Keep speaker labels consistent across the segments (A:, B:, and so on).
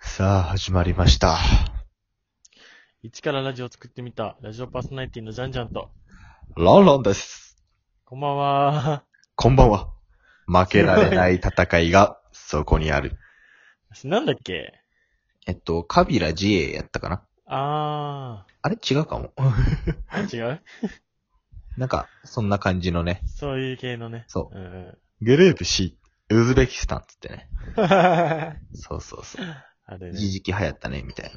A: さあ、始まりました。
B: 一からラジオを作ってみた、ラジオパーソナリティのジャンジャンと、
A: ロンロンです。
B: こんばんは。
A: こんばんは。負けられない戦いが、 そこにある。
B: 私なんだっけ
A: えっと、カビラ自衛やったかな
B: あ
A: あれ違うかも。
B: ー、あ違う
A: なんか、そんな感じのね。
B: そういう系のね。
A: そ
B: うんうん。
A: う。グループ C、ウズベキスタンっつってね。
B: あ
A: そうそうそう。
B: れ
A: 一
B: ね。
A: 時期流行ったね、みたい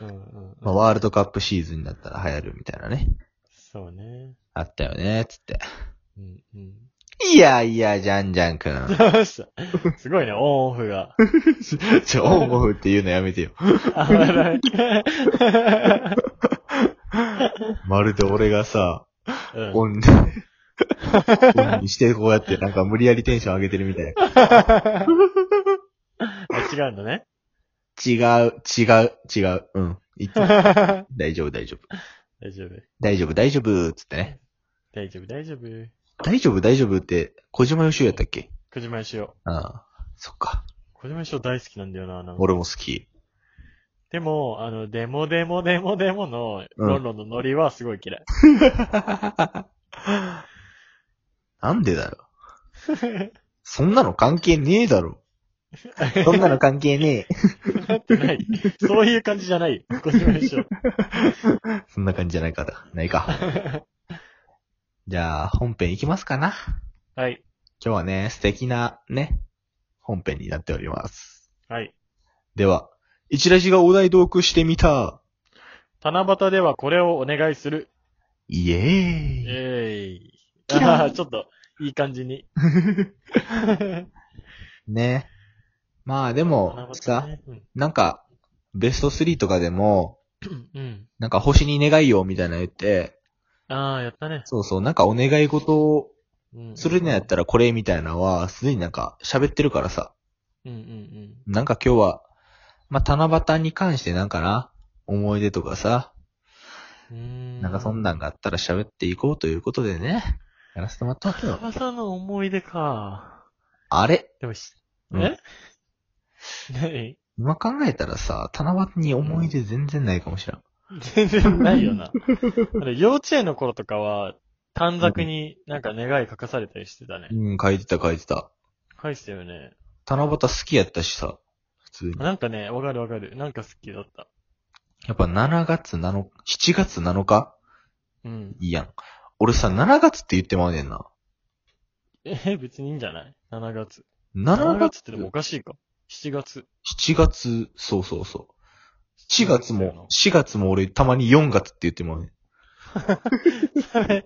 A: な。
B: うんうん
A: まあ、
B: うん。
A: ワールドカップシーズンだったら流行るみたいなね。
B: そうね。
A: あったよね、つって。
B: うんうん。
A: いやいや、じゃんじゃんくん。
B: どうしたすごいね、オンオフが。
A: ちょ、オンオフって言うのやめてよ。
B: あまらん。
A: まるで俺がさ、
B: うん
A: オン、オンにしてこうやってなんか無理やりテンション上げてるみたいな。
B: あ違うんだね。
A: 違う、違う、違う。うん。いつも
B: 大
A: 大丈夫、大丈夫。
B: 丈夫。
A: 大丈夫、大丈夫、つってね。
B: 大丈夫、大丈夫。
A: 大丈夫、大丈夫って、小島よしおやったっけ
B: 小島よしお。
A: ああ、そっか。
B: 小島よしお大好きなんだよな、なんか。
A: 俺も好き。
B: でも、あの、デモデモデモデモの、
A: うん
B: ロンロンのノリはすごい 嫌い。
A: なんでだろう。そんなの関係ねえだろ。そんなの関係ねえ。
B: なってない。そういう感じじゃない。ご自慢 でしょ。
A: そんな感じじゃないかな。ないか。じゃあ、本編いきますかな。
B: はい。
A: 今日はね、素敵なね、本編になっております。
B: はい。
A: では、一ラジがお題同句してみた。
B: 七夕ではこれをお願いする。
A: イエーイ。
B: えい。
A: キラー
B: ああ、ちょっと、いい感 じに。
A: ね。まあでも、
B: 七夕
A: さ、
B: ねうん
A: なんか、ベスト3とかでも、
B: うん。
A: なんか星に願いよみたいなの言って、
B: ああ、やったね。
A: そうそう、なんかお願い事を
B: うん
A: するのやったらこれみたいなのは、すでになんか喋ってるからさ、
B: うんうんうん。
A: なんか今日は、まあ七夕に関してなんかな、思い出とかさ、
B: うーん
A: なんかそん。なんがあったら喋っていこうということでね、やらせてもらったわけよ。
B: 七夕の思い出か。
A: あれ
B: でもし、
A: うん
B: え 何
A: 今考えたらさ、七夕に思い出全然ないかもしれん。
B: 全然ないよな。あの幼稚園の頃とかは、短冊になんか願い書かされたりしてたね。
A: うん、書いてた書いてた。
B: 返してたよね。
A: 七夕好きやったしさ、普通に。
B: なんかね、わかるわかる。なんか好きだった。
A: やっぱ7月7日、7月7日
B: うん。
A: いいやん。俺さ、7月って言ってまうねんな。
B: え、別にいいんじゃない ?7 月。
A: 7月
B: 7月ってでもおかしいか。7月。
A: 7月、そうそうそう。4月も、4月も俺たまに4月って言ってまうねん。
B: それ、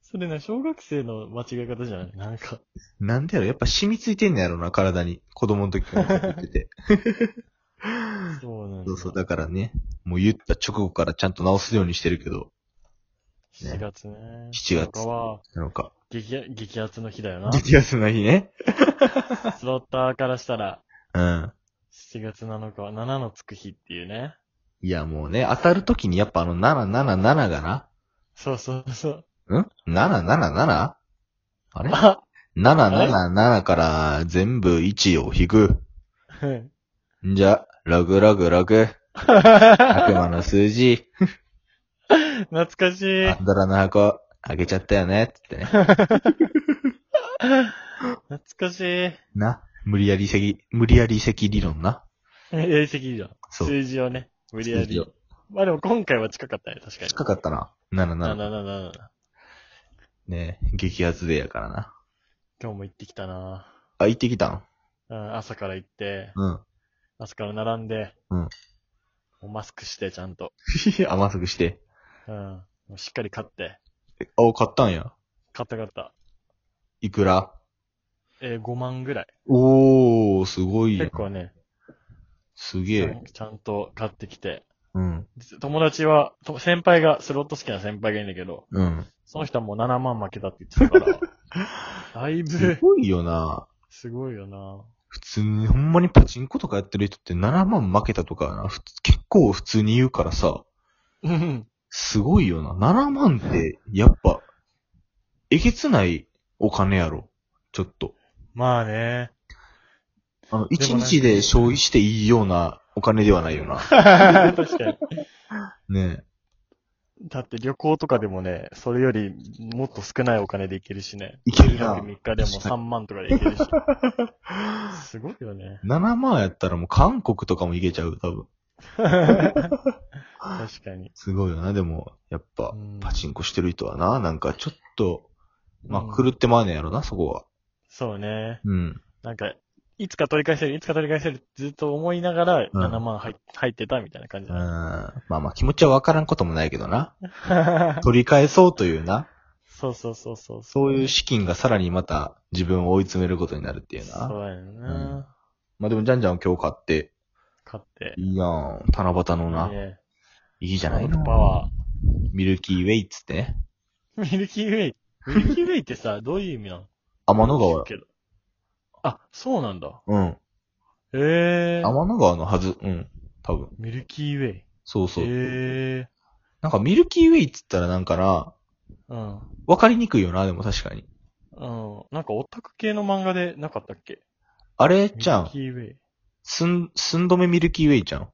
B: それな、小学生の間違い方じゃないなんか。
A: なんでやろやっぱ染みついてんねやろな、体に。子供の時 から言ってて。
B: そうなんだ。
A: そうそう、だからね。もう言った直後からちゃんと直すようにしてるけど、
B: 7月ね。
A: 7月
B: とかは、
A: なんか、
B: 激、激アツの日だ よな。
A: 激安な日ね。
B: スロッターからしたら、
A: うん。
B: 7月7日は7のつく日っていうね。
A: いや、もうね、当たるときにやっぱあの、777がな。
B: そうそうそう。
A: ん ?777? あれ
B: あ
A: ?777 から全部1を引く。んじゃ、ラグラグラグ。悪魔の数字。
B: 懐かしい。
A: パンドラの箱、開けちゃったよね。つって ね。
B: 懐かしい。え
A: な。無理やり遺跡、無理やり遺跡理論な。
B: 遺跡じゃん。
A: そう
B: 数字をね、無理や
A: 数字
B: り
A: を。
B: まあでも今回は近かったね、確かに。
A: 近かったな。
B: な
A: 77。
B: ななな
A: ね激アツでやからな。
B: 今日も行ってきたな
A: あ、行ってきたん
B: うん、朝から行って、
A: うん。
B: 朝から並んで、
A: うん
B: もうマスクして、ちゃんと。
A: 甘すぐして。
B: うん。もうしっかり買って。
A: えあ、買ったんや。
B: 買った買った。
A: いくら
B: えー、5万ぐらい。
A: おー、すごいやん
B: 結。構ね、
A: すげ
B: ちゃ
A: え
B: ん。ちゃんと買ってきて。
A: うん。
B: 友達は、と先輩が、スロット好きな先輩がいるんだけど、
A: うん。
B: その人はもう7万負けたって言ってた から、だい
A: す
B: ぶ、
A: ごいよな。
B: すごいよな
A: 普通に、ほんまにパチンコとかやってる人って7万負けたとかな、ふつ結構普通に言うからさ、
B: うん。
A: すごいよな。7万って、やっぱ、えげつないお金やろ。ちょっと。
B: まあね。
A: あの、
B: でも
A: 1
B: ね
A: 日で消費していいようなお金ではないよ な。
B: 確かに。
A: ね
B: だって旅行とかでもね、それよりもっと少ないお金で行けるしね。
A: いけるな
B: 3日でも3万とかで行け るし。すごいよね。
A: え。7万やったらもう韓国とかも行けちゃう、多分。
B: 確かに。
A: すごいよな、でも、やっぱ
B: うん、
A: パチンコしてる人はな、なんかちょっと、ま
B: うん
A: あ、狂ってまうねやろな、そこは。
B: そうね。
A: うん。
B: なんか、いつか取り返せる、いつか取り返せる、ずっと思いながら、
A: うん
B: 7万入,、入ってたみたいな感じ
A: うん。
B: だね。
A: まあまあ、気持ちはわからんこともないけどな。取り返そうというな。
B: そうそうそうそう。
A: そういう資金がさらにまた自分を追い詰めることになるっていう
B: そ
A: な。
B: うやんな、
A: うんまあでも、じゃんじゃん今日買って、
B: 買って。
A: いいやん。七夕のな。
B: ね
A: いいじゃない
B: パ
A: の。
B: ワ
A: ミルキーウェイっつってね。
B: ー。ミルキーウェイ。ミルキーウェイってさ、どういう意味なの
A: 天の川。
B: 知るけどあ、そうなんだ。
A: うん。
B: ええー。
A: 天の川のはず。うん。多分。
B: ミルキーウェイ。
A: そうそう。
B: ええ
A: なんかミルキーウェイっつったらなんかな、
B: ー。うん。
A: わかりにくいよな、でも確かに。
B: うん。なんかオタク系の漫画でなかったっけ
A: あれじゃん。
B: ミルキーウェイ。
A: すん、すんどめミルキーウェイじゃん。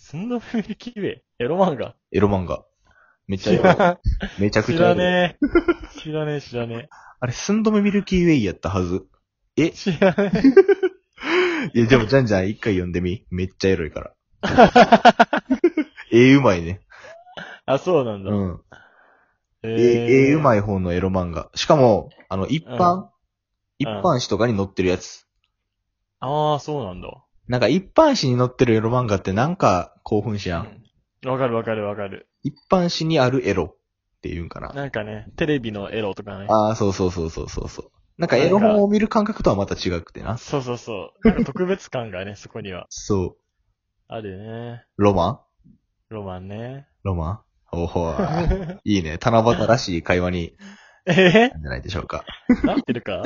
B: スンドメミルキーウェイ。エロ漫画。
A: エロ漫画。めっちゃ
B: 知
A: エロ。
B: ら
A: めちゃくちゃエロ。
B: ねえ。知らねえ、知らね
A: あれ、すんどめミルキーウェイやったはず。え
B: え。知らね え。
A: いや、 でもじゃんじゃん一回読んでみ。めっちゃエロいから。ええうまいね。
B: あ、そうなんだ。
A: うん。
B: えー
A: ええ、えうまい方のエロ漫画。しかも、あの、一
B: う
A: 般、一
B: うん
A: 般誌とかに載ってるやつ。
B: ああ、そうなんだ。わ
A: なんか一般誌に載ってるエロ漫画ってなんか興奮しやん。
B: かるわかるわかる。
A: 一般誌にあるエロっていうんかな。
B: なんかね、テレビのエロとかね。
A: ああ、そうそうそうそうそうそう。なんかエロ本を見る感覚とはまた違くてな。
B: そうそ うそう。なんか特別感がね、そこには。
A: そ
B: あるね。
A: う。ロマン
B: ロマンね。
A: ロマンおほ ーいいね。七夕らしい会話にな
B: え
A: んじゃないでしょうか。
B: なってるか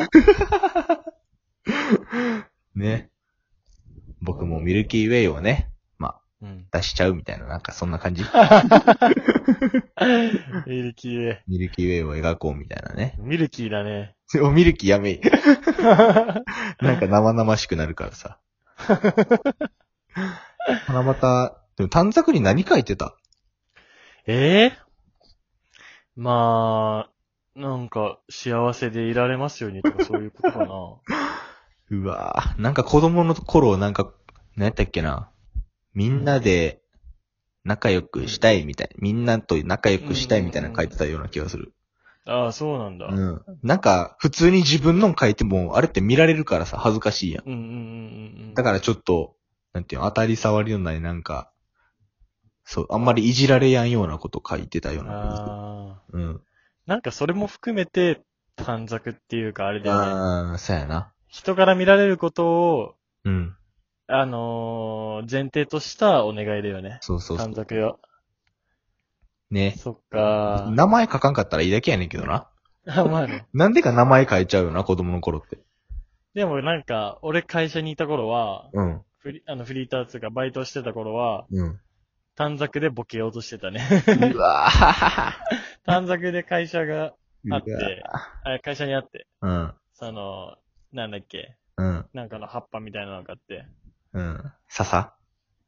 A: ね。僕もミルキーウェイをね、
B: うん。
A: 出しちゃうみたいな、なんかそんな 感じ。
B: ミルキーウェイ。
A: ミルキーウェイを描こうみたいなね。
B: ミルキーだ ね。
A: おミルキーや めい。なんか生々しくなるから さ。七夕、でも短冊に何書いてた
B: ええまあ、なんか、幸せでいられますようにとかそういうことか な。
A: うわぁ、なんか子供の頃、なんか、何やったっけな。みんなで、仲良くしたいみたい。みんなと仲良くしたいみたいなの書いてたような気がする。
B: ああ、そうなんだ。
A: う
B: うん
A: ん。なんか、普通に自分の書いても、あれって見られるからさ、恥ずかしいやん。
B: うんうんうんうん。
A: だからちょっと、なんていうの、当たり障りのない、なんか、そう、あんまりいじられやんようなこと書いてたような気がする。
B: ああ。
A: うん。
B: なんかそれも含めて、短冊っていうかあれだよね。
A: ああ、そうやな。
B: 人から見られることを、
A: うん。
B: あのー前提としたお願いだよね。
A: そうそうそ
B: 短
A: う。
B: 冊よ。
A: ね。
B: そっかー。
A: 名前書かんかったらいいだけやねんけどな。
B: あ まあね
A: なんでか名前書いちゃうよな、子供の頃って。
B: でもなんか、俺会社にいた頃は、
A: うん。
B: フリあのフリーターっていうかバイトしてた頃は、
A: うん。
B: 短冊でボケようとしてたね。
A: うわぁ。
B: 短冊で会社が、あって
A: う
B: あ会社にあって、
A: わ
B: その、なんだっけ、
A: うん。うん。
B: なんかの葉っぱみたいなのがあって、
A: うん。笹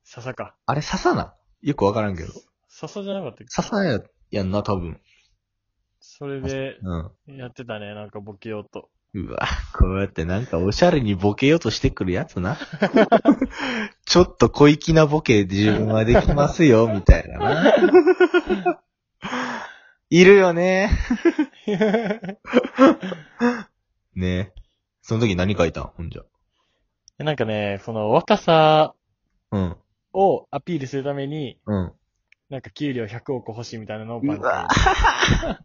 B: 笹か。
A: あれ笹なよくわからんけど。
B: 笹じゃなかったっけ
A: 笹や、やんな、多分。
B: それで、
A: うん。
B: やってたね、なんかボケようと。
A: うわこうやってなんかおしゃれにボケようとしてくるやつ な。ちょっと小粋なボケ自分はできますよ、みたいなな。いるよね。ねその時何書いたんほんじゃ。
B: なんかね、その若さ
A: うん。
B: をアピールするために、
A: うん。
B: なんか給料100億欲しいみたいなのをバン
A: うわ
B: っ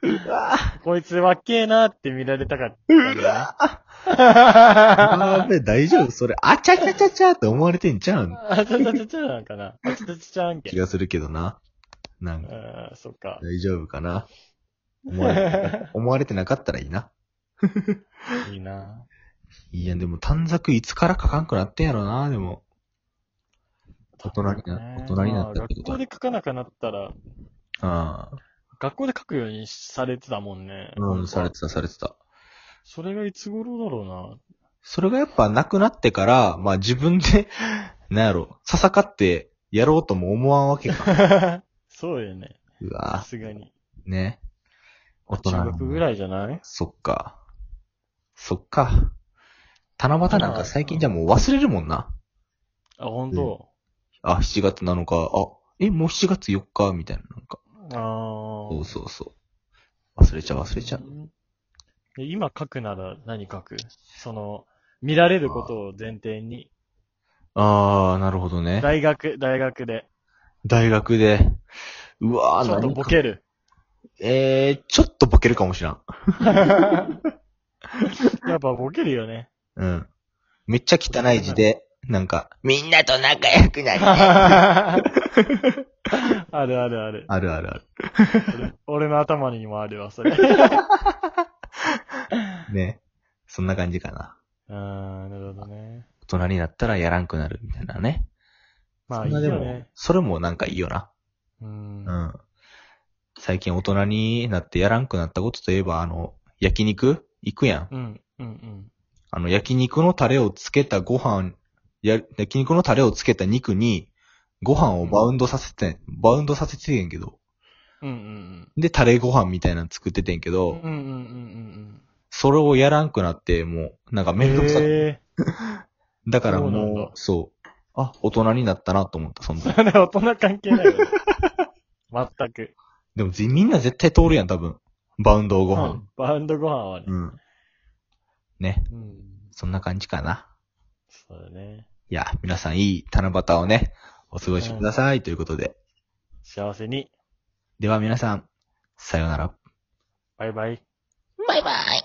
B: て
A: うわ
B: こいつ若えなって見られたかったんだよね。
A: やべ、大丈夫それ、あちゃちゃちゃちゃって思われてんちゃうん
B: あちゃちゃちゃちゃなんかな。あちゃちゃちゃちゃんけ
A: 気。がするけどな。なんか、
B: あーそっか。
A: 大丈夫かな。思われてなか思われてなかったらいいな。
B: いいない
A: や、でも短冊いつから書かんくなってんやろな、でも。大人にな
B: ね
A: 大人になったってこと
B: まあ学校で書かなくなったら、
A: ああ。
B: 学校で書くようにされてたもんね。
A: うん、されてた、されてた。
B: それがいつ頃だろ
A: それがやっぱなくなってから、まあ自分で なんやろ、ささかってやろうとも思わんわ けか。
B: そうよね。
A: う
B: さ
A: わ
B: すがに。
A: ぁ、ね。大人
B: 中
A: の
B: 学ぐらいじゃない
A: そっか。そっか。七夕なんか最近じゃもう忘れるもんな。
B: あ、本当。
A: あ、7月7日、あ、え、もう7月4日みたいな、なんか。
B: ああ。
A: そうそうそう。忘れちゃう忘れちゃう。
B: んで今書くなら何書くその、見られることを前提に。
A: あー、なるほどね。
B: 大学、大学で。
A: 大学で。うわー、
B: ちょっと
A: 何か
B: ボケ る。
A: えー、ちょっとボケるかもしらん。
B: やっぱボケる よね。
A: うん。めっちゃ汚い字で、なんか、みんなと仲良くなりたい。
B: あるあるある。
A: あるある
B: 俺の頭にもある わ、それ。
A: ある。ね。そんな感じかな。
B: うーん、なるほどね。
A: 大人になったらやらんくなるみたいなね。
B: まあ、
A: そ
B: い
A: ん
B: い
A: なで
B: よ
A: も
B: ね。
A: それもなんかいいよな。
B: う。
A: うんん。最近大人になってやらんくなったことといえば、あの、焼肉行くやん。
B: うん、うん、うん。
A: あの、焼肉のタレをつけたご飯、や、焼肉のタレをつけた肉に、ご飯をバウンドさせて、バウンドさせててんけど。
B: うん、うん、
A: で、タレご飯みたいなの作っててんけ
B: う
A: ど、
B: ん。うん、うん、うん、
A: それをやらんくなって、もう、なんか
B: うん。
A: めんどくさく
B: へえ
A: だから
B: そうなんだ
A: もう、そうあ、大人になったなと思った、その時。
B: それ大人関係ないよね。 全く。
A: でも、ぜみんな絶対通るやん、多分。バウンドご
B: う
A: 飯
B: ん。バウンドご飯はね。
A: うん。ね、
B: うん。
A: そんな感じかな。
B: そうだね。
A: いや、皆さんいい七夕をね、お過ごしください、ということで。
B: 幸せに。
A: では皆さん、さようなら。
B: バイバイ。
C: Bye bye.